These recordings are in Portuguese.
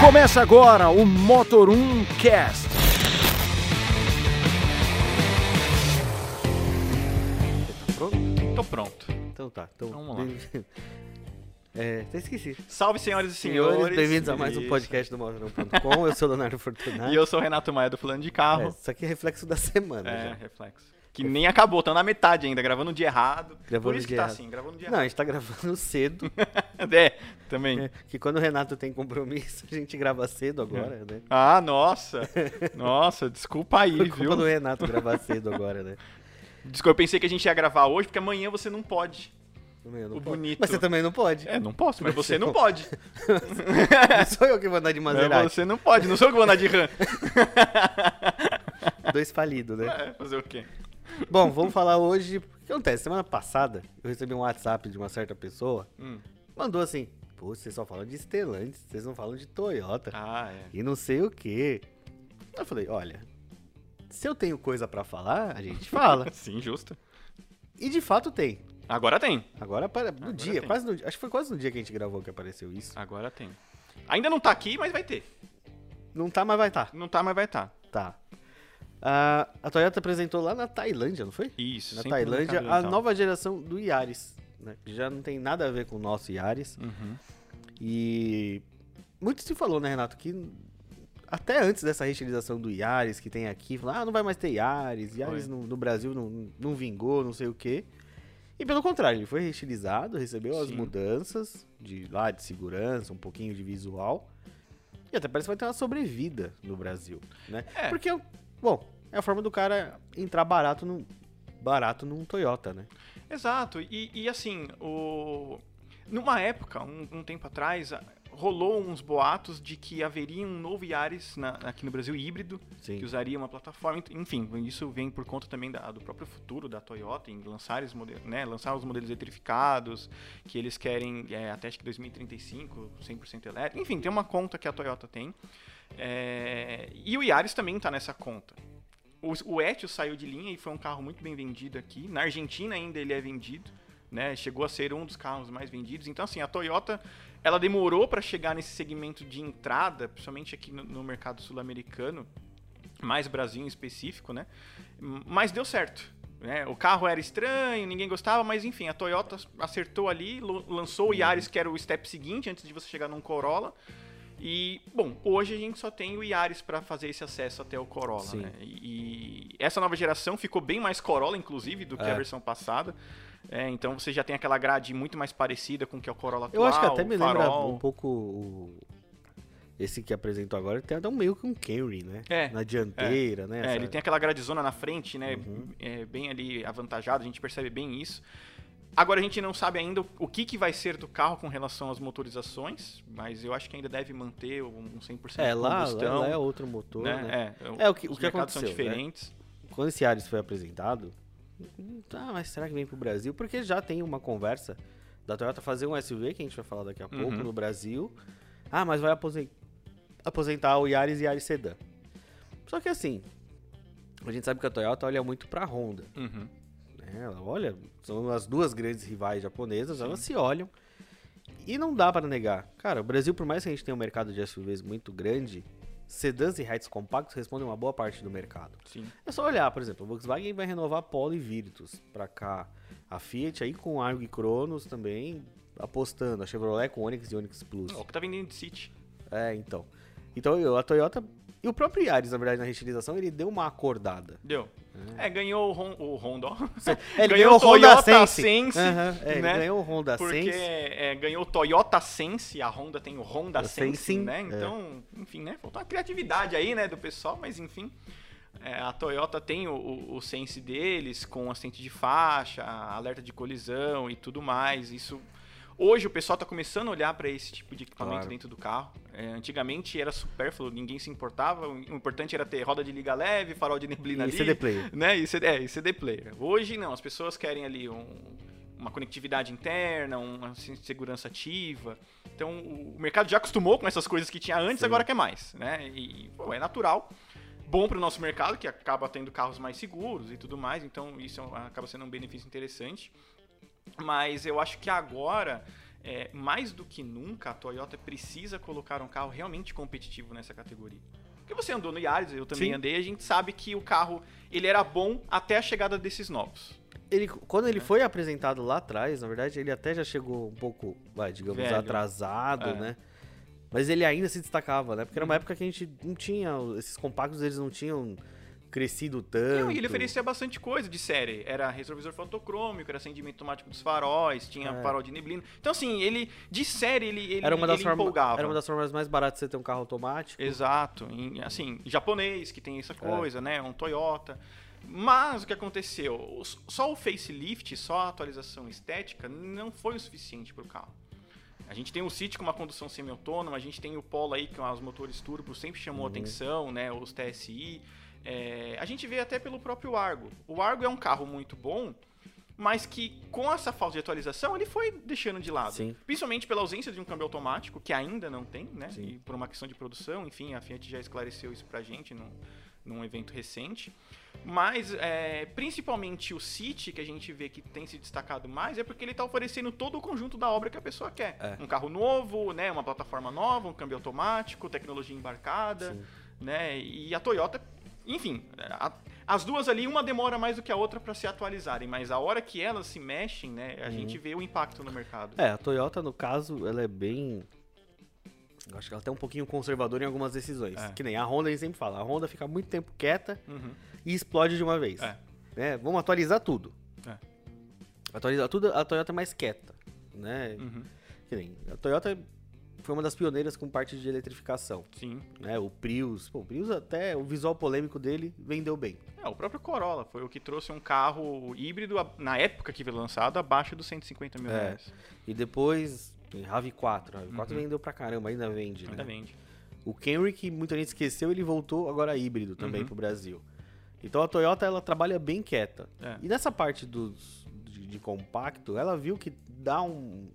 Começa agora o Motor 1 Cast. Tô pronto. Então tá, então. Vamos lá. bem- É, até esqueci. Salve, senhoras e senhores. bem-vindos a mais um Isso. podcast do Motorão.com. Eu sou o Leonardo Fortunato. E eu sou o Renato Maia do Fulano de É, Carro. isso aqui é reflexo da semana. É, já. reflexo. Que nem acabou, tá na metade ainda, gravando o dia errado. Gravando Por isso o que dia tá errado. assim, gravando o dia Não, a gente tá gravando cedo. errado. É, também. né? que quando o Renato tem compromisso, a gente grava cedo agora, né? Ah, nossa. Nossa, desculpa aí, Por culpa viu? do Renato gravar cedo agora, né? Desculpa, eu pensei que a gente ia gravar hoje, porque amanhã você não pode. Também eu não O posso. bonito. Mas você também não pode. É, não posso, mas Mas você você não não- pode. Não sou eu que vou andar de É, Maserati. você não pode, não sou eu que vou andar de RAM. Dois falidos, né? É, fazer o quê? Bom, vamos falar hoje. O que acontece? Semana passada, eu recebi um WhatsApp de uma certa pessoa. Hum. Mandou assim: Pô, vocês só falam de Stellantis, vocês não falam de Toyota. Ah, é. e não sei o quê. Eu falei, olha, se eu tenho coisa pra falar, a gente fala. Sim, justo. e de fato tem. Agora tem. Agora para no Agora dia, tem. quase no, acho que foi quase no dia que a gente gravou que apareceu isso. Agora tem. Ainda não tá aqui, mas vai ter. Não tá, mas vai tá. Não tá, mas vai tá. Tá. Ah, a Toyota apresentou lá na Tailândia, não foi? Isso. Na sempre Tailândia, mercado a oriental. nova geração do Yaris, né? Que já não tem nada a ver com o nosso Yaris. Uhum. E muito se falou, né, Renato, que até antes dessa restilização do Yaris que tem aqui, falaram, ah, não vai mais ter Yaris, Yaris no, no Brasil não, não vingou, não sei o quê. E pelo contrário, ele foi restilizado, recebeu as Sim. mudanças de lá de segurança, um pouquinho de visual. E até parece que vai ter uma sobrevida no Brasil, né? É. Porque, bom, é a forma do cara entrar barato num, barato num Toyota, né? Exato. E, e assim, o... numa época, um, um tempo atrás, a- rolou uns boatos de que haveria um novo Yaris na- aqui no Brasil híbrido, Sim. que usaria uma plataforma. Ent- Enfim, isso vem por conta também da- do próprio futuro da Toyota em lançar, os modelos, né, lançar os modelos eletrificados, que eles querem é, até acho que 2035, 100% elétrico. Enfim, tem uma conta que a Toyota tem. É, E o Yaris também está nessa conta. O, o Etios saiu de linha e foi um carro muito bem vendido aqui. Na Argentina ainda ele é vendido, né? Chegou a ser um dos carros mais vendidos. Então assim, a Toyota, ela demorou para chegar nesse segmento de entrada, principalmente aqui no, no mercado sul-americano, mais Brasil em específico, né? Mas deu certo. Né? O carro era estranho, ninguém gostava, mas enfim, a Toyota acertou ali, lo- lançou o Yaris, que era o step seguinte, antes de você chegar num Corolla. E, bom, hoje a gente só tem o Yaris para fazer esse acesso até o Corolla, Sim. né? E e essa nova geração ficou bem mais Corolla, inclusive, do que a É. versão passada. É, então você já tem aquela grade muito mais parecida com o que é o Corolla atual, Eu acho que até me o lembra farol. um pouco o... esse que apresentou agora, tem até um meio que um Camry, né? É, Na dianteira, né? É, Essa- ele tem aquela gradezona na frente, né? Uhum. É, bem ali avantajado, a gente percebe bem isso. Agora a gente não sabe ainda o- o que, que vai ser do carro com relação às motorizações, mas eu acho que ainda deve manter um 100% É, de lá, combustão. lá, lá é outro motor, né? né? É, É, o que- o os que mercados aconteceu, são né? diferentes. Quando esse Ares foi apresentado, hum, tá, mas será que vem pro Brasil? Porque já tem uma conversa da Toyota fazer um SUV, que a gente vai falar daqui a pouco, Uhum. no Brasil. Ah, mas vai aposen- aposentar o Yaris e Yaris Sedan. Só que assim, a gente sabe que a Toyota olha muito pra Honda. Uhum. né? Ela olha, são as duas grandes rivais japonesas, Sim. elas se olham. E não dá para negar. Cara, o Brasil, por mais que a gente tenha um mercado de SUVs muito grande, sedãs e hatches compactos respondem uma boa parte do mercado. Sim. É só olhar, por exemplo, a Volkswagen vai renovar Polo e Virtus pra cá. A Fiat aí com Argo e Cronos também apostando. A Chevrolet com Onix e Onix Plus. Ó, O que tá vendendo de City. É, então. Então eu- a Toyota... E o próprio Yaris, na verdade, na restilização, ele deu uma acordada. É, Deu. É, ganhou o, Hon- o Honda. ó. Ele Ganhou o Toyota Sense, Aham, é, ele né? ganhou o Honda Porque Sense. é, ganhou o Toyota Sense, a Honda tem o Honda O Sense, Sensing, né? é. Então, enfim, né? Faltou uma criatividade aí, né, do pessoal, mas enfim. É, a Toyota tem o, o- o Sense deles, com assistente de faixa, alerta de colisão e tudo mais. Isso. Hoje o pessoal tá começando a olhar para esse tipo de equipamento Claro. dentro do carro. É, antigamente era supérfluo, ninguém se importava. O importante era ter roda de liga leve, farol de neblina E ali CD player. né? E CD, é, e CD player. Hoje não, as pessoas querem ali um- uma conectividade interna, um, uma se- segurança ativa. Então o o mercado já acostumou com essas coisas que tinha antes, Sim. agora quer mais, né? E pô, é natural. Bom para o nosso mercado, que acaba tendo carros mais seguros e tudo mais, então isso é um- acaba sendo um benefício interessante. Mas eu acho que agora é, mais do que nunca, a Toyota precisa colocar um carro realmente competitivo nessa categoria. Porque você andou no Yaris, eu também Sim. andei, a gente sabe que o carro ele era bom até a chegada desses novos. Ele, quando É. ele foi apresentado lá atrás, na verdade, ele até já chegou um pouco, vai, digamos, Velho. atrasado, É. Uhum. né? Mas ele ainda se destacava, né? Porque era uma época que a gente não tinha. Esses compactos eles não tinham crescido tanto. Não, e ele oferecia bastante coisa de série. Era retrovisor fotocrômico, era acendimento automático dos faróis, tinha É. farol de neblina. Então, assim, ele, de série, ele, ele, era uma das ele forma- empolgava. Era uma das formas mais baratas de você ter um carro automático. Exato. Em, assim, japonês, que tem essa coisa, né? Um Toyota. Mas o que aconteceu? O- Só o facelift, só a atualização estética, não foi o suficiente para o carro. A gente tem o City com uma condução semi-autônoma, a gente tem o Polo aí com os motores turbo, sempre chamou atenção, né? Os TSI. É, a gente vê até pelo próprio Argo. O Argo é um carro muito bom, mas que com essa falta de atualização ele foi deixando de lado. Sim. Principalmente pela ausência de um câmbio automático, que ainda não tem, né? Sim. E por uma questão de produção, enfim, a Fiat já esclareceu isso pra gente num, num evento recente. Mas, é, principalmente o City, que a gente vê que tem se destacado mais, é porque ele tá oferecendo todo o conjunto da obra que a pessoa quer. É. Um carro novo, né? Uma plataforma nova, um câmbio automático, tecnologia embarcada, Sim. né? E a Toyota, enfim, a- as duas ali, uma demora mais do que a outra pra se atualizarem, mas a hora que elas se mexem, né? A gente vê o impacto no mercado. Uhum. É, a Toyota, no caso, ela é bem. Eu acho que ela é até um pouquinho conservadora em algumas decisões. É. Que nem a Honda, ele sempre fala. A Honda fica muito tempo quieta Uhum. e explode de uma vez. É. Né? Vamos atualizar tudo. É. Atualizar tudo, a Toyota é mais quieta. Né? Uhum. Que nem, a Toyota foi uma das pioneiras com parte de eletrificação. Sim. Né? O Prius. Pô, o Prius até o visual polêmico dele vendeu bem. É, o próprio Corolla foi o que trouxe um carro híbrido, a- na época que foi lançado, abaixo dos 150 mil É. reais. E depois. RAV4. RAV4 Uhum. vendeu pra caramba, ainda vende, Ainda né? vende. O Camry, que muita gente esqueceu, ele voltou agora híbrido também Uhum. pro Brasil. Então a Toyota, ela trabalha bem quieta. É. E nessa parte dos, de, de compacto, ela viu que dá um...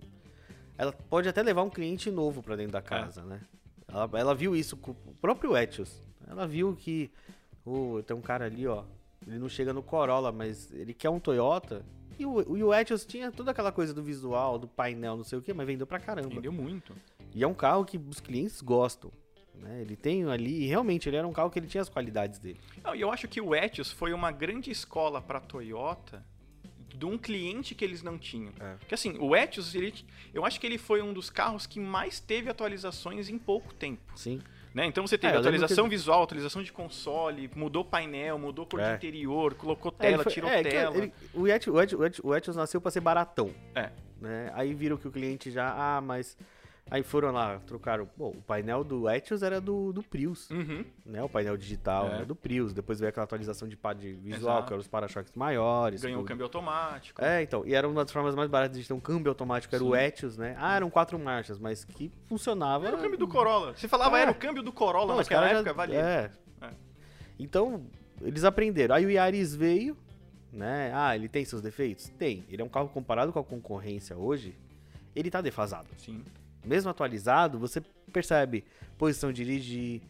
Ela pode até levar um cliente novo pra É. dentro da casa, né? Ela, ela viu isso com o próprio Etios. Ela viu que... "Ô, tem um cara ali, ó. Ele não chega no Corolla, mas ele quer um Toyota. E o, e o Etios tinha toda aquela coisa do visual, do painel, não sei o quê, mas vendeu pra caramba. Vendeu muito. E é um carro que os clientes gostam. Né? Ele tem ali, e realmente ele era um carro que ele tinha as qualidades dele. Não, E eu acho que o Etios foi uma grande escola para Toyota de um cliente que eles não tinham. É. Porque assim, o Etios, ele, eu acho que ele foi um dos carros que mais teve atualizações em pouco tempo. Sim. né? Então você teve É, eu lembro atualização visual, atualização de console, mudou painel, mudou cor É. de interior, colocou tela, tirou tela. o, Etios, o, Etios, o Etios- o Etios nasceu pra ser baratão. É. Né? Aí viram que o cliente já, ah, mas. Aí foram lá, trocaram. Bom, o painel do Etios era do, do Prius, Uhum. né? O painel digital É. era do Prius. Depois veio aquela atualização de pad visual, Exato. que eram os para-choques maiores. Ganhou o tudo. câmbio automático. É, então. E era uma das formas mais baratas de ter um câmbio automático, era o Sim. Etios, né? Ah, eram quatro marchas, mas que funcionava. Era o câmbio do Corolla. Você falava, É. era o câmbio do Corolla Não, os naquela caras já- época, valia. É. É. Então, eles aprenderam. Aí o Yaris veio, né? Ah, ele tem seus defeitos? Tem. Ele é um carro comparado com a concorrência hoje, ele tá defasado. Sim. Mesmo atualizado, você percebe posição de dirigir,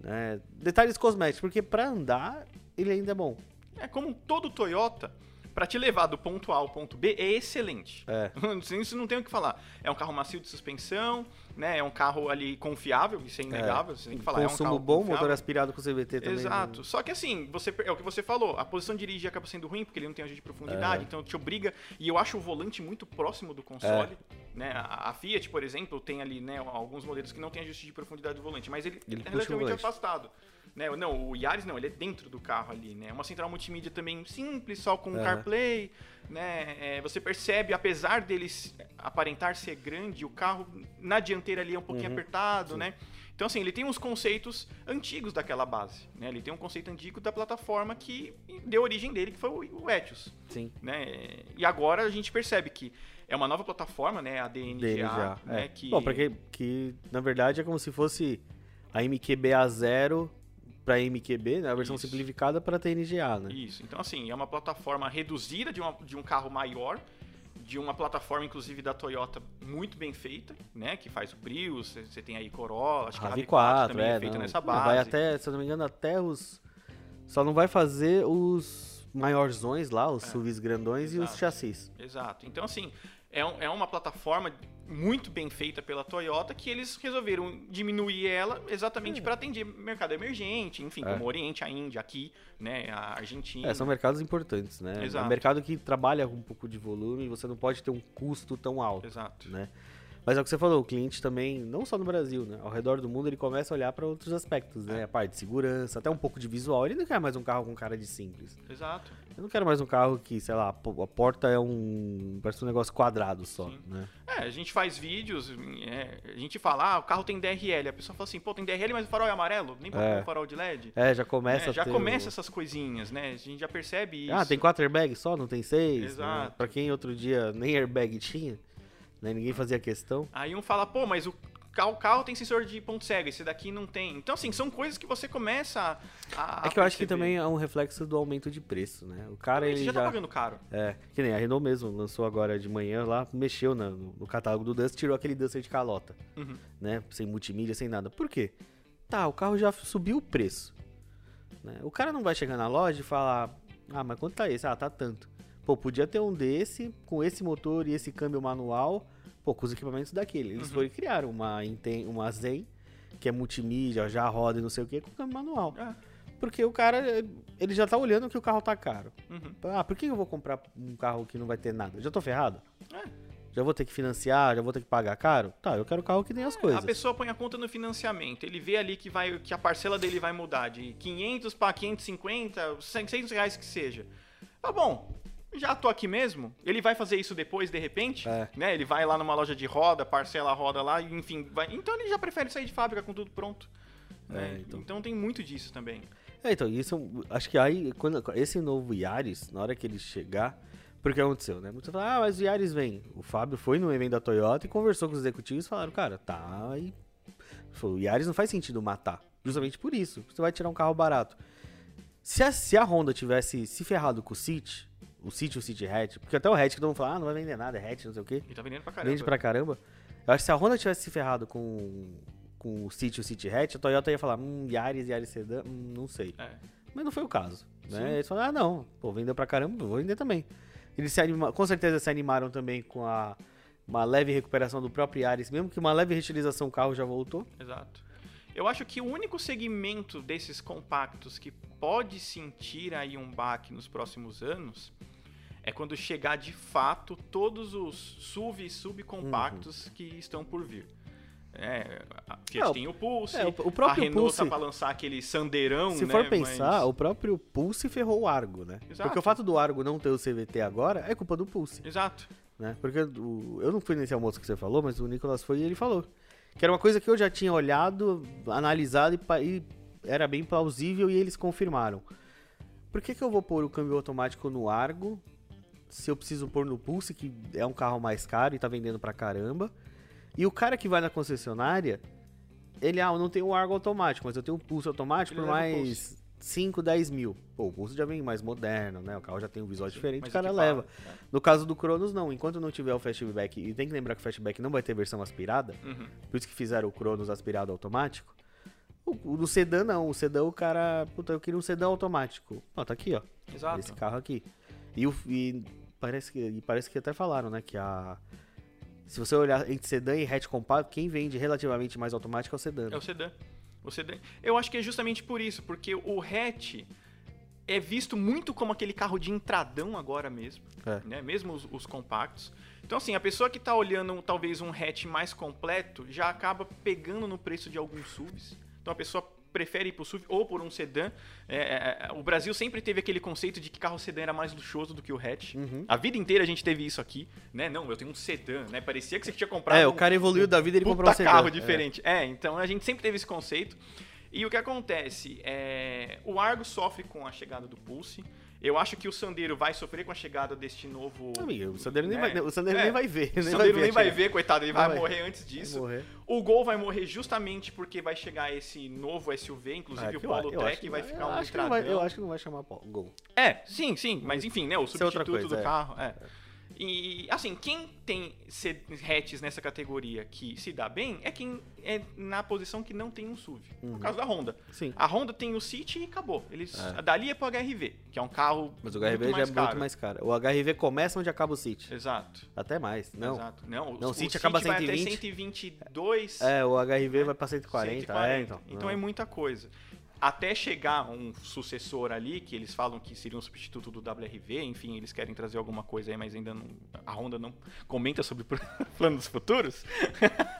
né? Detalhes cosméticos, porque pra andar, ele ainda é bom. É como todo Toyota, pra te levar do ponto A ao ponto B é excelente. É. Isso não tem o que falar. É um carro macio de suspensão, né? É um carro ali confiável, isso é inegável, você tem que falar. é um Consumo carro bom, confiável. motor aspirado com CVT também. é né? Exato. Só que assim, você, é o que você falou, a posição de dirigir acaba sendo ruim, porque ele não tem ajuda de É. profundidade, então te obriga. E eu acho o volante muito próximo do console. É. Né? A, a Fiat, por exemplo, tem ali né, alguns modelos que não tem ajuste de profundidade do volante, mas ele, Ele é puxa o relativamente volante. afastado. Né? Não, o Yaris não, ele é dentro do carro ali, né? É Uma central multimídia também simples, só com um Aham. CarPlay, né? É, você percebe, apesar dele se- aparentar ser grande, o carro na dianteira ali é um pouquinho apertado, né? Então, assim, ele tem uns conceitos antigos daquela base, né? Ele tem um conceito antigo da plataforma que deu origem dele, que foi o o Etios, Sim. né? E agora a gente percebe que é uma nova plataforma, né? A DNGA, dele já. né? é. Que... Bom, pra quem, que na verdade é como se fosse a MQBA0 pra MQB, né? a versão Isso. simplificada pra TNGA, né? Isso. Então, assim, é uma plataforma reduzida de, uma- de um carro maior, de uma plataforma, inclusive, da Toyota muito bem feita, né? Que faz o Prius, você- você tem aí Corolla, acho que a RAV4 também é, feita não. nessa Não, base. Vai até, se eu não me engano, até os. Só não vai fazer os maiorzões lá, os SUVs grandões e os É. exato. chassis. Exato. Então, assim, é, um- é uma plataforma muito bem feita pela Toyota que eles resolveram diminuir ela exatamente para atender mercado emergente, enfim, Hum. É. como o Oriente, a Índia, aqui, né, a Argentina. É, são mercados importantes, né? É Exato. um mercado que trabalha com um pouco de volume e você não pode ter um custo tão alto. Exato. né? Mas é o que você falou, o cliente também, não só no Brasil, né? Ao redor do mundo ele começa a olhar para outros aspectos, É. né? A parte de segurança, até um pouco de visual. Ele não quer mais um carro com cara de simples. Exato. Eu não quero mais um carro que, sei lá, pô, a porta é um. parece um negócio quadrado só, Sim. né? É, a gente faz vídeos, é, a gente fala, ah, o carro tem DRL. A pessoa fala assim, pô, tem DRL, mas o farol é amarelo? Nem pra É. o farol de LED. É, já começa. É, a já ter começa o- essas coisinhas, né? A gente já percebe isso. Ah, tem quatro airbags só, não tem seis? né? Exato. Pra quem outro dia nem airbag tinha, né? Ninguém fazia questão. Aí um fala, pô, mas o carro, o carro tem sensor de ponto cego, esse daqui não tem. Então, assim, são coisas que você começa a. a É que eu acho que perceber. também é um reflexo do aumento de preço, né? O cara, Você ele já tá já... pagando caro. É, que nem a Renault mesmo lançou agora de manhã lá, mexeu na- no, no catálogo do Duster, tirou aquele Duster de calota, Uhum. né? Sem multimídia, sem nada. Por quê? Tá, o carro já subiu o preço. né? O cara não vai chegar na loja e falar, ah, mas quanto tá esse? Ah, tá tanto. Pô, podia ter um desse, com esse motor e esse câmbio manual, pô, com os equipamentos daquele. Eles Uhum. foram e criaram uma, Inten- uma Zen, que é multimídia, já roda e não sei o que, com câmbio manual. É. Porque o cara, ele já tá olhando que o carro tá caro. Uhum. Ah, por que eu vou comprar um carro que não vai ter nada? Já tô ferrado? É. Já vou ter que financiar, já vou ter que pagar caro? Tá, eu quero um carro que tem as coisas. É, A pessoa põe a conta no financiamento, ele vê ali que, vai, que a parcela dele vai mudar de 500 para 550, 600 reais que seja. Tá bom, já tô aqui mesmo. Ele vai fazer isso depois, de repente, É. né? Ele vai lá numa loja de roda, parcela a roda lá, e enfim. vai- Então ele já prefere sair de fábrica com tudo pronto. né? É, então. tem muito disso também. É, então, isso é um- acho que aí, quando esse novo Yaris, na hora que ele chegar, porque aconteceu, né? Muitos falam, ah, mas o Yaris vem. O Fábio foi no evento da Toyota e conversou com os executivos e falaram, cara, tá aí. Falou, O Yaris não faz sentido matar. Justamente por isso. Você vai tirar um carro barato. Se a, se a Honda tivesse se ferrado com o City, o City, o City Hatch, porque até o Hatch que todo mundo fala, ah, não vai vender nada, é Hatch, não sei o quê. E tá vendendo pra caramba. Vende pra caramba. Eu acho que se a Honda tivesse se ferrado com, com o City, o City Hatch, a Toyota ia falar, hum, Yaris, Yaris Sedan, hum, não sei. É. Mas não foi o caso. Sim. Né? Eles falaram, ah, não, pô, vendeu pra caramba, vou vender também. Eles se anima... com certeza se animaram também com a uma leve recuperação do próprio Yaris, mesmo que uma leve reutilização o carro já voltou. Exato. Eu acho que o único segmento desses compactos que pode sentir aí um baque nos próximos anos é quando chegar de fato todos os SUV e subcompactos que estão por vir. É, a Fiat Uhum. É, o- tem o Pulse, é, o, o a próprio Renault Pulse, tá pra lançar aquele Sandeirão, se né? for pensar, mas- o próprio Pulse ferrou o Argo, né? Exato. Porque o fato do Argo não ter o CVT agora é culpa do Pulse, Exato. né? Porque o- eu não fui nesse almoço que você falou, mas o Nicolas foi e ele falou. Que era uma coisa que eu já tinha olhado, analisado e pa- e era bem plausível e eles confirmaram. Por que, que eu vou pôr o câmbio automático no Argo se eu preciso pôr no Pulse, que é um carro mais caro e tá vendendo pra caramba? E o cara que vai na concessionária, ele, ah, eu não tenho o Argo automático, mas eu tenho o Pulse automático Ele por leva o mais 5, 10 mil. Pô, o Pulse já vem mais moderno, né? O carro já tem um visual diferente, o mais cara equipado, leva. né? No caso do Cronos, não. Enquanto não tiver o Fastback, e tem que lembrar que o Fastback não vai ter versão aspirada, Uhum. por isso que fizeram o Cronos aspirado automático. O, o do sedã não, o sedã o cara, puta, eu queria um sedã automático. Ó, tá aqui, ó, Exato. esse carro aqui. E, o- e parece que e parece que até falaram, né, que a se você olhar entre sedã e hatch compacto, quem vende relativamente mais automático é o sedã. né? É o sedã. O sedã. Eu acho que é justamente por isso, porque o hatch é visto muito como aquele carro de entradão agora mesmo, É. né? Mesmo os, os compactos. Então assim, a pessoa que tá olhando talvez um hatch mais completo já acaba pegando no preço de alguns SUVs. Então a pessoa prefere ir pro SUV ou por um sedã. É, é, é, o Brasil sempre teve aquele conceito de que carro sedã era mais luxuoso do que o hatch. Uhum. A vida inteira a gente teve isso aqui, né? Não, eu tenho um sedã, né? Parecia que você tinha comprado É, o um- cara evoluiu da vida e ele puta comprou um sedã. carro É. diferente. É. então a gente sempre teve esse conceito. E o que acontece? É, o Argo sofre com a chegada do Pulse. Eu acho que o Sandero vai sofrer com a chegada deste novo. Não, amigo, o Sandero nem, né? vai, o Sandero É, nem vai ver. O Sandero nem vai atirar. ver, coitado, ele Não vai, vai. morrer antes disso. Morrer. O Gol vai morrer justamente porque vai chegar esse novo SUV, inclusive Ah, o que eu- Polo eu acho Trek que vai vai- ficar eu um acho que não vai- litradão. Eu acho que não vai chamar pau- gol. É, sim, sim, mas enfim, né? O Isso é outra substituto coisa, do é. carro. É. E, assim, quem tem se- hatches nessa categoria que se dá bem é quem é na posição que não tem um SUV. No Uhum. caso da Honda. Sim. A Honda tem o City e acabou. Eles, Dali é pro HRV, que é um carro Mas o HRV já é muito né? mais caro. O HRV é começa onde acaba o City. Exato. Até mais. Não. Exato. Não, Não, o City acaba vai até 120. 122, É, o Né? HRV vai pra 140. 140. É, então. é muita coisa. Até chegar um sucessor ali, que eles falam que seria um substituto do WRV, enfim, eles querem trazer alguma coisa aí, mas ainda não. A Honda não comenta sobre planos futuros.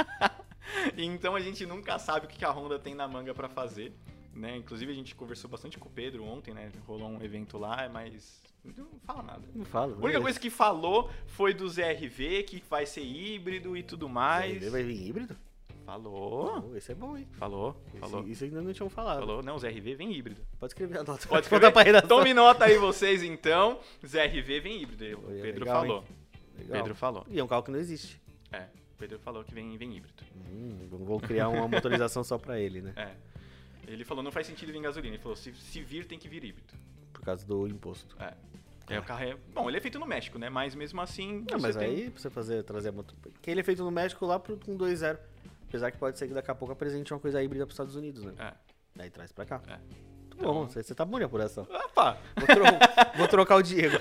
então a gente nunca sabe o que a Honda tem na manga pra fazer. Né? Inclusive a gente conversou bastante com o Pedro ontem, né? Rolou um evento lá, mas não fala nada. Não fala. né? A única coisa que falou foi do ZRV, que vai ser híbrido e tudo mais. HRV vai vir híbrido? Falou, Oh, esse é bom, hein? falou, Esse- falou. Isso ainda não tinham falado. Falou, não, ZRV vem híbrido. Pode escrever a nota. Pode Conta escrever. pra redação. Tome nota aí vocês então. ZRV vem híbrido. Olha, Pedro legal, falou. Legal. Pedro falou. E é um carro que não existe. É, Pedro falou que vem, vem híbrido. Hum, vou criar uma motorização só pra ele, né? É. Ele falou, não faz sentido vir em gasolina. Ele falou, se, se vir, tem que vir híbrido. Por causa do imposto. É. É, o carro é. Bom, ele é feito no México, né? Mas mesmo assim. Ah. Não, você mas tem- aí pra você fazer, trazer a moto. Que ele é feito no México lá pro, com 2.0. Apesar que pode ser que daqui a pouco apresente uma coisa híbrida pros Estados Unidos, né? É. Daí traz pra cá. É. Então- Muito bom, você, você tá bom de apuração. Opa! Vou, tro- vou trocar o Diego.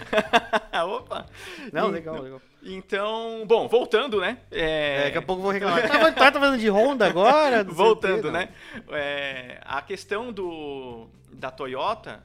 Opa! Não, E- legal, legal. Então, bom, voltando, né? É, daqui a pouco eu vou reclamar. Tá, tá, tá fazendo de Honda agora? Não sei o quê, Voltando, não. né? É, a questão do da Toyota,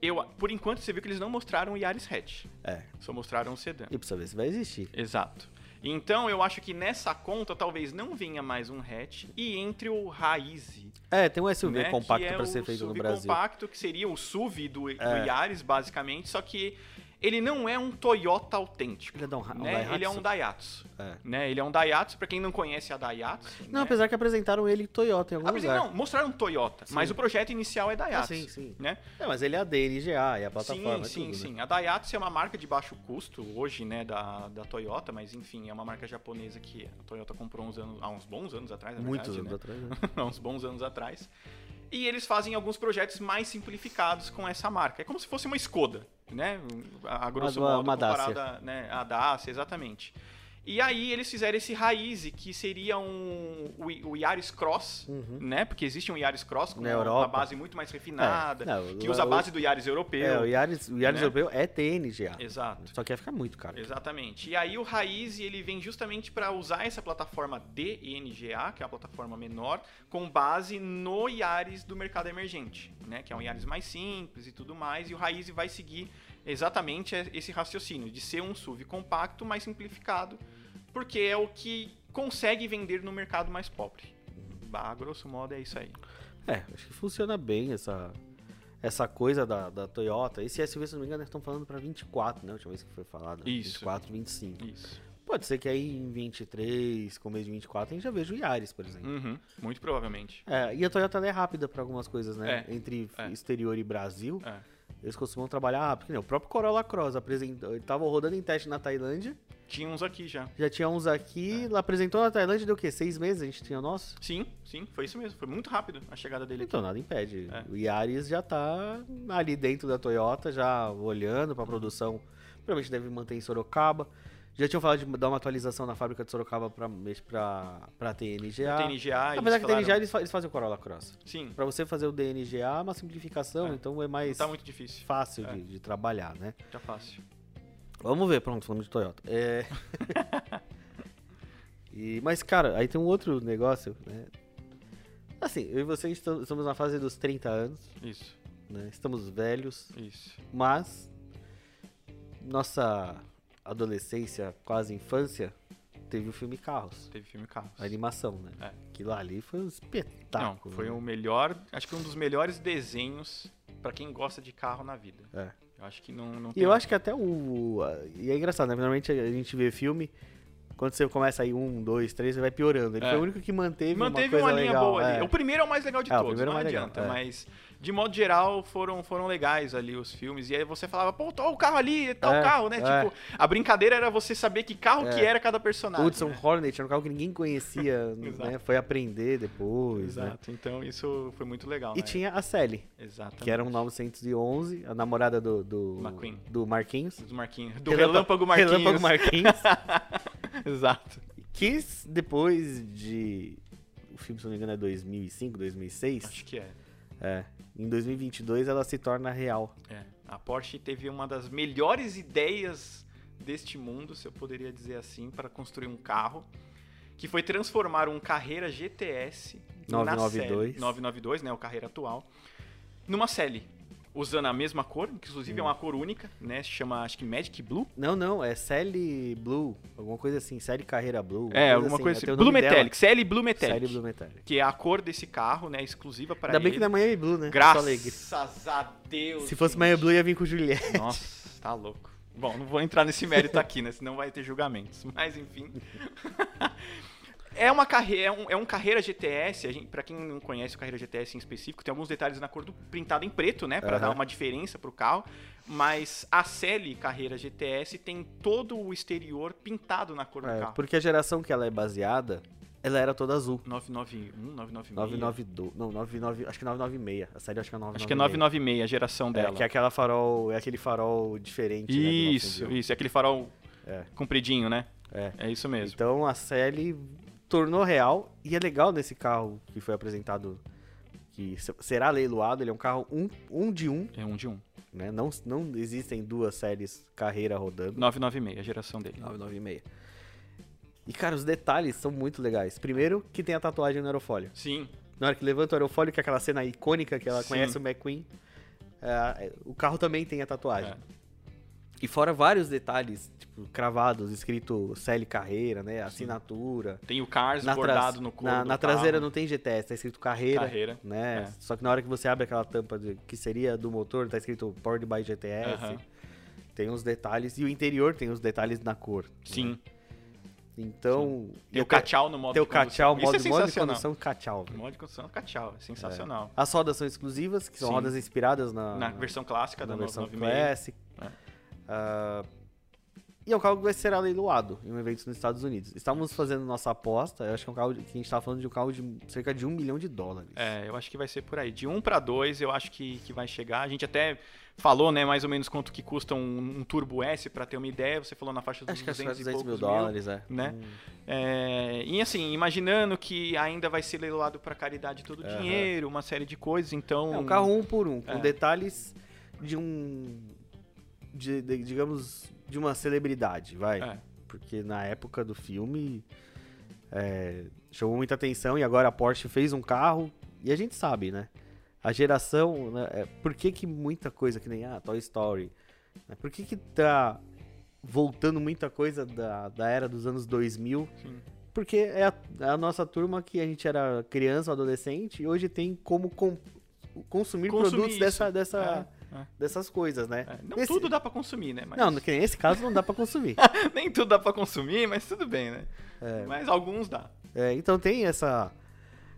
eu por enquanto você viu que eles não mostraram o Yaris hatch, É. só mostraram o sedã. E precisa ver se vai existir. Exato. Então eu acho que nessa conta talvez não venha mais um hatch e entre o Raize, É, tem um SUV né, compacto que é pra o ser feito no SUV Brasil. É. compacto que seria o SUV do, do Yaris basicamente, só que ele não é um Toyota autêntico. Ele é da um, um né? Ele é um Daihatsu? Daihatsu. É. Né? Ele é um Daihatsu, pra quem não conhece a Daihatsu. Não, né? apesar que apresentaram ele Toyota em algum Ah, mas lugar. Não, mostraram Toyota, Sim. mas o projeto inicial é Ah, Daihatsu. sim, sim. Né? É, mas ele é a DNGA, é a Sim, plataforma. é sim, tudo, né? sim. A Daihatsu é uma marca de baixo custo hoje, né, da, da Toyota, mas enfim, é uma marca japonesa que a Toyota comprou uns anos, há uns bons anos atrás, na Muitos verdade, anos né? atrás, né? há uns bons anos atrás. E eles fazem alguns projetos mais simplificados com essa marca. É como se fosse uma Skoda, né? A, a grosso Uma- modo, uma Dacia. comparada né, à Dacia, exatamente. E aí eles fizeram esse Raize, que seria um, o, o Yaris Hum. Cross, Uhum. né? Porque existe um Yaris Cross com Na uma Europa. base muito mais refinada, É, não, que lá usa a o- base do Yaris europeu. É, o Yaris, o Yaris né? europeu é TNGA. Exato. Só que ia ficar muito caro. Exatamente. E aí o Raiz ele vem justamente para usar essa plataforma DNGA, que é a plataforma menor, com base no Yaris do mercado emergente, né? Que é um Yaris mais simples e tudo mais. E o Raiz vai seguir exatamente é, esse raciocínio de ser um SUV compacto, mais simplificado, porque é o que consegue vender no mercado mais pobre. Uhum. Bah, grosso modo é isso aí. É, acho que funciona bem essa, essa coisa da, da Toyota. Esse SUV, se não me engano, eles estão falando pra 24, né? A última vez que foi falado. Isso. 24, 25. Isso. Pode ser que aí em 23, começo de 24, a gente já veja o Yaris, por exemplo. Uhum, muito provavelmente. É, e a Toyota ela é rápida pra algumas coisas, né? Hum. É, Entre é. exterior e Brasil, É. eles costumam trabalhar rápido. que nem O próprio Corolla Cross apresentou, ele tava rodando em teste na Tailândia, Tinha uns aqui já. já tinha uns aqui, lá apresentou na Tailândia, deu o quê? Seis meses a gente tinha o nosso? Sim, sim, foi isso mesmo. Foi muito rápido a chegada dele aqui. Então nada impede. É. O Yaris já tá ali dentro da Toyota, já olhando pra produção. Provavelmente deve manter em Sorocaba. Já tinham falado de dar uma atualização na fábrica de Sorocaba pra, pra, pra TNGA. TNGA, eles Tá. Apesar que a falaram- TNGA eles, fa- eles fazem o Corolla Cross. Sim, Pra você fazer o DNGA é uma simplificação, É. então é não mais tá muito difícil. fácil É. de, de trabalhar, né? Tá fácil. Vamos ver, pronto, falando de Toyota. É. E- mas, cara, aí tem um outro negócio, né? Assim, eu e você estam- estamos na fase dos 30 anos, Isso, né? Estamos velhos, isso. mas nossa adolescência, quase infância, teve o filme Carros, Teve filme Carros. a animação, né? É. Que lá ali foi um Não, espetáculo. foi né? o melhor, acho que um dos melhores desenhos pra quem gosta de carro na vida. É. Eu acho que não, não E eu acho que até o. a- E é engraçado, né? Normalmente a gente vê filme, quando você começa aí um, dois, três, você vai piorando. Ele É. foi o único que manteve, manteve uma uma, coisa linha legal. boa ali. é. O primeiro é o mais legal de É, o todos, primeiro é não mais legal, adianta, é. mas de modo geral, foram, foram legais ali os filmes. E aí você falava, pô, tá o carro ali, tá É, o carro, né? é. Tipo, a brincadeira era você saber que carro que era cada personagem. Hudson né? Hornet era um carro que ninguém conhecia, né? Exato. Foi aprender depois, né? Exato. Então isso foi muito legal, E né? tinha a Sally, Exatamente. que era um 911, a namorada do, do, McQueen. do Marquinhos. do Marquinhos. Do Relâmpago, Marquinhos. um Relâmpago Marquinhos. Exato. que depois de... O filme, se não me engano, é 2005, 2006. Acho que é. É. Em 2022 ela se torna real. É. A Porsche teve uma das melhores ideias deste mundo, se eu poderia dizer assim, para construir um carro, que foi transformar um Carreira GTS na 992. série- 992, né, o Carreira atual, numa série usando a mesma cor, que Hum. inclusive é uma cor única, né, se chama acho que Magic Blue. Não, não, é Sally Blue, alguma coisa assim, Sally Carreira Blue. É, alguma coisa até né, o assim. Blue nome dela. Metallic, CL Blue Metallic. Sally Blue Metallic. Que é a cor desse carro, né, exclusiva para Ainda ele. bem que não é Miami Blue, né? Só alegre. Graças a Deus. Se fosse gente. Miami Blue, ia vir com o Juliette. Nossa, tá louco. Bom, não vou entrar nesse mérito aqui, né? Senão vai ter julgamentos. Mas enfim. É uma carreira, é um, é um carreira GTS. A gente, pra quem não conhece o carreira GTS em específico, tem alguns detalhes na cor do pintado em preto, né? Pra Aham. dar uma diferença pro carro. Mas a série carreira GTS tem todo o exterior pintado na cor do É, carro. porque a geração que ela é baseada, ela era toda azul. 991, 996. 992, não, 99, acho que 996. A série acho que é 996. Acho que é 996 a geração É, dela. que é aquela farol, é aquele farol diferente, né, do Isso, 901. isso. É aquele farol É. compridinho, né? É. É isso mesmo. Então a Sally tornou real e é legal nesse carro que foi apresentado que se- será leiloado, ele é um carro um, um de um, É um de um. né? Não, não existem duas séries carreira rodando. 996, a geração dele. 996. E cara, os detalhes são muito legais. Primeiro, que tem a tatuagem no aerofólio. Sim, Na hora que levanta o aerofólio, que é aquela cena icônica que ela Sim. conhece o McQueen, é, o carro também tem a tatuagem. É. E fora vários detalhes, tipo, cravados, escrito Sally Carreira, né? Assinatura. tem o Cars na, bordado tras- no corpo. na, na traseira não tem GTS, tá escrito carreira, Carreira. né? é. Só que na hora que você abre aquela tampa de- que seria do motor, tá escrito Powered by GTS. Aham. Tem uns detalhes. E o interior tem os detalhes na cor. né? Sim. Então. Tem o cachau no modo Tem o de condução. cachau, Isso modo, é modo de sensacional. condução cachau. O velho. modo de condução é cachau. É sensacional. As rodas são exclusivas, que são Sim. rodas inspiradas na, Na versão clássica Ah, na da versão 996. Classic. É. Ah, e é um carro que vai ser leiloado em um evento nos Estados Unidos. Estávamos fazendo nossa aposta, eu acho que é um carro de- que a gente estava falando de um carro de cerca de um milhão de dólares. É, eu acho que vai ser por aí. De 1 para 2, eu acho que, que vai chegar. A gente até falou, né, mais ou menos quanto que custa um, um Turbo S, pra ter uma ideia. Você falou na faixa dos Acho que acho que era 200 e 200 mil poucos dólares, é. né? É, e assim, imaginando que ainda vai ser leiloado pra caridade todo o Aham. dinheiro, uma série de coisas, então... É um carro um por um, com É. detalhes de um. de- de- digamos, de uma celebridade, vai. É. Porque na época do filme é, chamou muita atenção e agora a Porsche fez um carro e a gente sabe, né? A geração. Né, é, por que, que muita coisa, que nem ah, Toy Story? né, Por que, que tá voltando muita coisa da, da era dos anos 2000 Sim. Porque é a, a nossa turma que a gente era criança, adolescente, e hoje tem como com- consumir, Consumir produtos isso. dessa, dessa, É, é. dessas coisas, né? É, Não Nesse- tudo dá pra consumir, né? Mas... Não, no- que nesse caso não dá pra consumir. Nem tudo dá pra consumir, mas tudo bem, né? Mas alguns dá. É, então tem essa,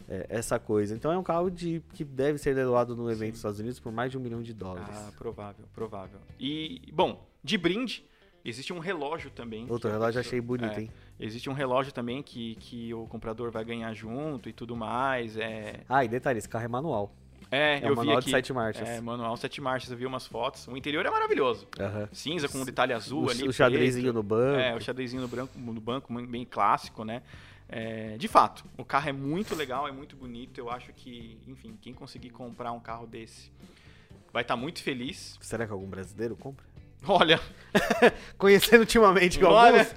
é, essa coisa. Então é um carro de, que deve ser leiloado no evento dos Estados Unidos por mais de um milhão de dólares. Ah, provável, provável. E, bom, de brinde, existe um relógio também. que Outro a relógio pessoa- achei bonito, é, hein? Existe um relógio também que, que o comprador vai ganhar junto e tudo mais. É, Ah, e detalhe, esse carro é manual. é, É eu um manual vi aqui. de sete marchas. É, manual sete marchas, eu vi umas fotos. O interior é maravilhoso. Aham. Cinza com um detalhe azul ali. O, o preto. xadrezinho no banco. É, o xadrezinho no, branco, no banco, muito bem clássico, né? É, de fato, o carro é muito legal, é muito bonito. Eu acho que, enfim, quem conseguir comprar um carro desse vai estar muito feliz. Será que algum brasileiro compra? Olha, Conhecendo ultimamente que olha, alguns,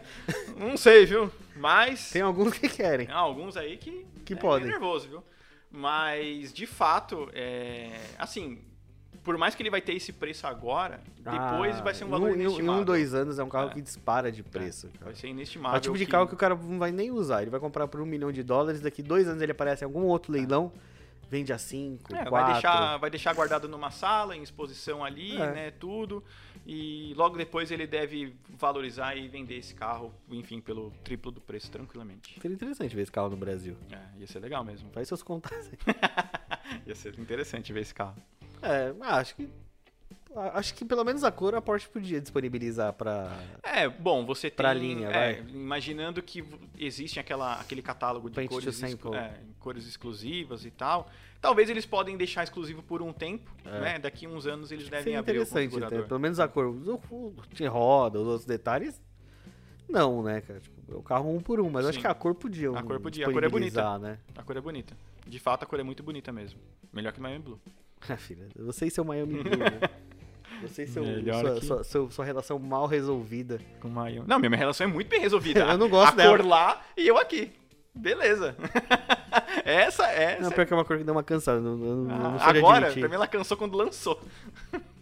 não sei, viu? Mas tem tem, alguns que querem. alguns aí que, Que é podem. meio nervoso, viu? Mas, de fato, é, assim, por mais que ele vai ter esse preço agora, depois Ah, vai ser um em valor em Em inestimável. um, dois anos é um carro É. que dispara de preço. cara. Vai ser É inestimável. o tipo de que- carro que o cara não vai nem usar. Ele vai comprar por um milhão de dólares, daqui dois anos ele aparece em algum outro leilão, vende a cinco, É, quatro. vai, deixar, vai deixar guardado numa sala, em exposição ali, É. né? Tudo. E logo depois ele deve valorizar e vender esse carro, enfim, pelo triplo do preço, tranquilamente. Seria interessante ver esse carro no Brasil. É, ia ser legal mesmo. Faz seus contatos aí. Ia ser interessante ver esse carro. É, ah, acho que. ah, Acho que pelo menos a cor a Porsche podia disponibilizar pra. É, bom, você tem. Pra linha, é, Imaginando que v- existe aquela, aquele catálogo de Paint to cores, sample. exclu- é, cores exclusivas e tal. Talvez eles podem deixar exclusivo por um tempo, né? Daqui uns anos eles devem Seria abrir o interessante, configurador. né? pelo menos a cor. O, o, tinha roda, os outros detalhes. Não, né, cara? Tipo, é o carro um por um, mas eu acho Sim. que a cor podia. A um, cor podia, a cor é disponibilizar, né? A cor é bonita. De fato, a cor é muito bonita mesmo. Melhor que Miami Blue. Ah, filha, você e seu Miami Blue, né? Você e seu, Melhor sua, que- sua- seu- sua relação mal resolvida. Com Miami. Não, minha minha relação é muito bem resolvida. Eu não A- gosto a dela. cor lá e eu aqui. Beleza. essa, essa. Não, pior que é uma cor que deu uma cansada. Não, não, não, Ah, não sei de agora, admitir. pra mim ela cansou quando lançou.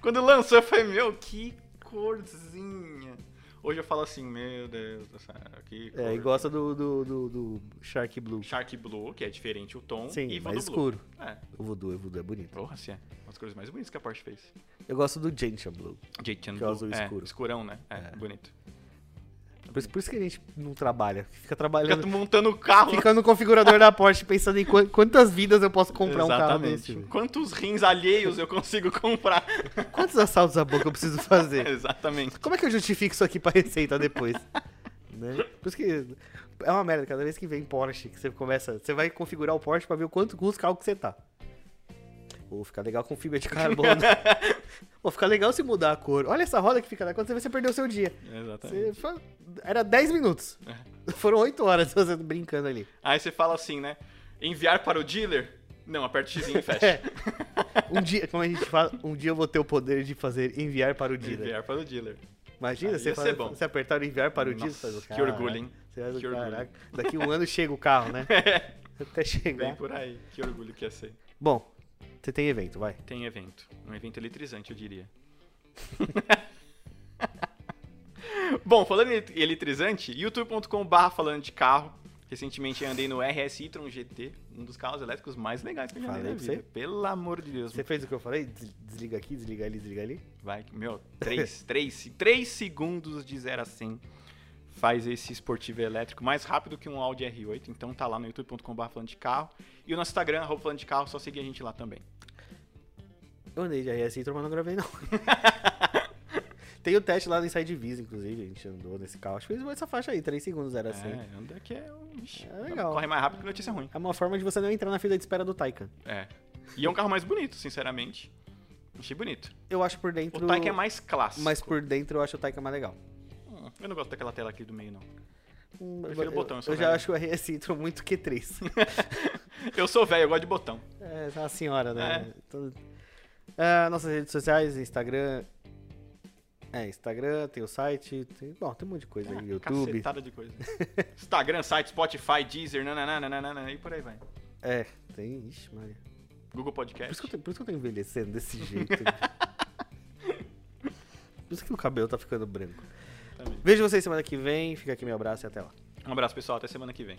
quando lançou, eu falei, meu, que corzinha. Hoje eu falo assim, meu Deus, essa, que cor. É, e gosta do, do, do- do Shark Blue. Shark Blue, que é diferente o tom, Sim, e mais Voodoo Blue. escuro. É, O Voodoo, o Voodoo é bonito. porra, se é. Uma das cores mais bonitas que a Porsche fez. Eu gosto do Gentian Blue. Jeitan Que é Blue. azul é, escuro. Escurão, né? É, bonito. Por isso, por isso que a gente não trabalha. Fica Fica trabalhando. tu montando o carro. Fica no configurador da Porsche pensando em quan- quantas vidas eu posso comprar um carro Exatamente. desse. velho. Quantos rins alheios eu consigo comprar? Quantos assaltos à boca eu preciso fazer? Exatamente. Como é que eu justifico isso aqui pra receita depois? né? Por isso que é uma merda, cada vez que vem Porsche, que você começa, você vai configurar o Porsche pra ver o quanto custa o carro que você tá. Ou ficar legal com fibra de carbono. Ou ficar legal se mudar a cor. Olha essa roda que fica lá, quando você vê, você perdeu o seu dia. Exatamente. É. Você fa- Era 10 minutos. Foram 8 horas você brincando ali. Aí você fala assim, né? Enviar para o dealer? Não, aperta o xizinho e fecha. É. Um dia, como a gente fala, um dia eu vou ter o poder de fazer enviar para o dealer. Enviar para o dealer. Imagina, Aí você, ia fala, ser bom. você apertar o enviar para o Nossa, dia, você faz o que caraca. orgulho, hein? Você faz o Que orgulho. É. caraca. Daqui um ano chega o carro, né? Até Bem chegar. por aí. Que orgulho que ia ser. Bom, você tem evento, vai. Tem evento. Um evento eletrizante, eu diria. Bom, falando em eletrizante, youtube.com.br falando de carro. Recentemente andei no RS e-tron GT, um dos carros elétricos mais legais que eu já andei Falei na pra vida. Pelo amor de Deus. Você fez o que eu falei? Des- Desliga aqui, desliga ali, desliga ali. Vai, que- meu, 3, 3, 3 segundos de 0 a 100 faz esse esportivo elétrico mais rápido que um Audi R8. Então tá lá no youtube.com.br falando de carro. E o nosso Instagram, arroba falando de carro, só seguir a gente lá também. Eu andei de RS Intro, mas não gravei, não. tem o teste lá no Inside Visa, inclusive, a gente andou nesse carro. Acho que fez essa faixa aí, 3 segundos era assim. É, anda que é um. Ixi, É legal. Corre mais rápido que notícia ruim. É uma forma de você não entrar na fila de espera do Taycan. É. E é um carro mais bonito, sinceramente. Achei bonito. Eu acho por O dentro... Tyke é mais clássico. Mas por dentro eu acho o Taycan mais legal. Hum, Eu não gosto daquela tela aqui do meio, não. Hum, Prefiro eu, o botão, eu eu, sou já velho. acho o RS Intro muito Q3. Eu sou velho, eu gosto de botão. É, a senhora, né? Todo- Ah, nossas redes sociais, Instagram. É, Instagram, tem o site, tem, bom, tem um monte de coisa aí, YouTube. Cacetada de coisa. Instagram, site, Spotify, Deezer, nananana, e por aí vai. É, tem. Ixi, Maria. Google Por Podcast. isso, que eu tô, por isso que eu tô envelhecendo desse jeito. por isso que o cabelo tá ficando branco. Também. Vejo vocês semana que vem, fica aqui meu abraço e até lá. Um abraço, pessoal. Até semana que vem.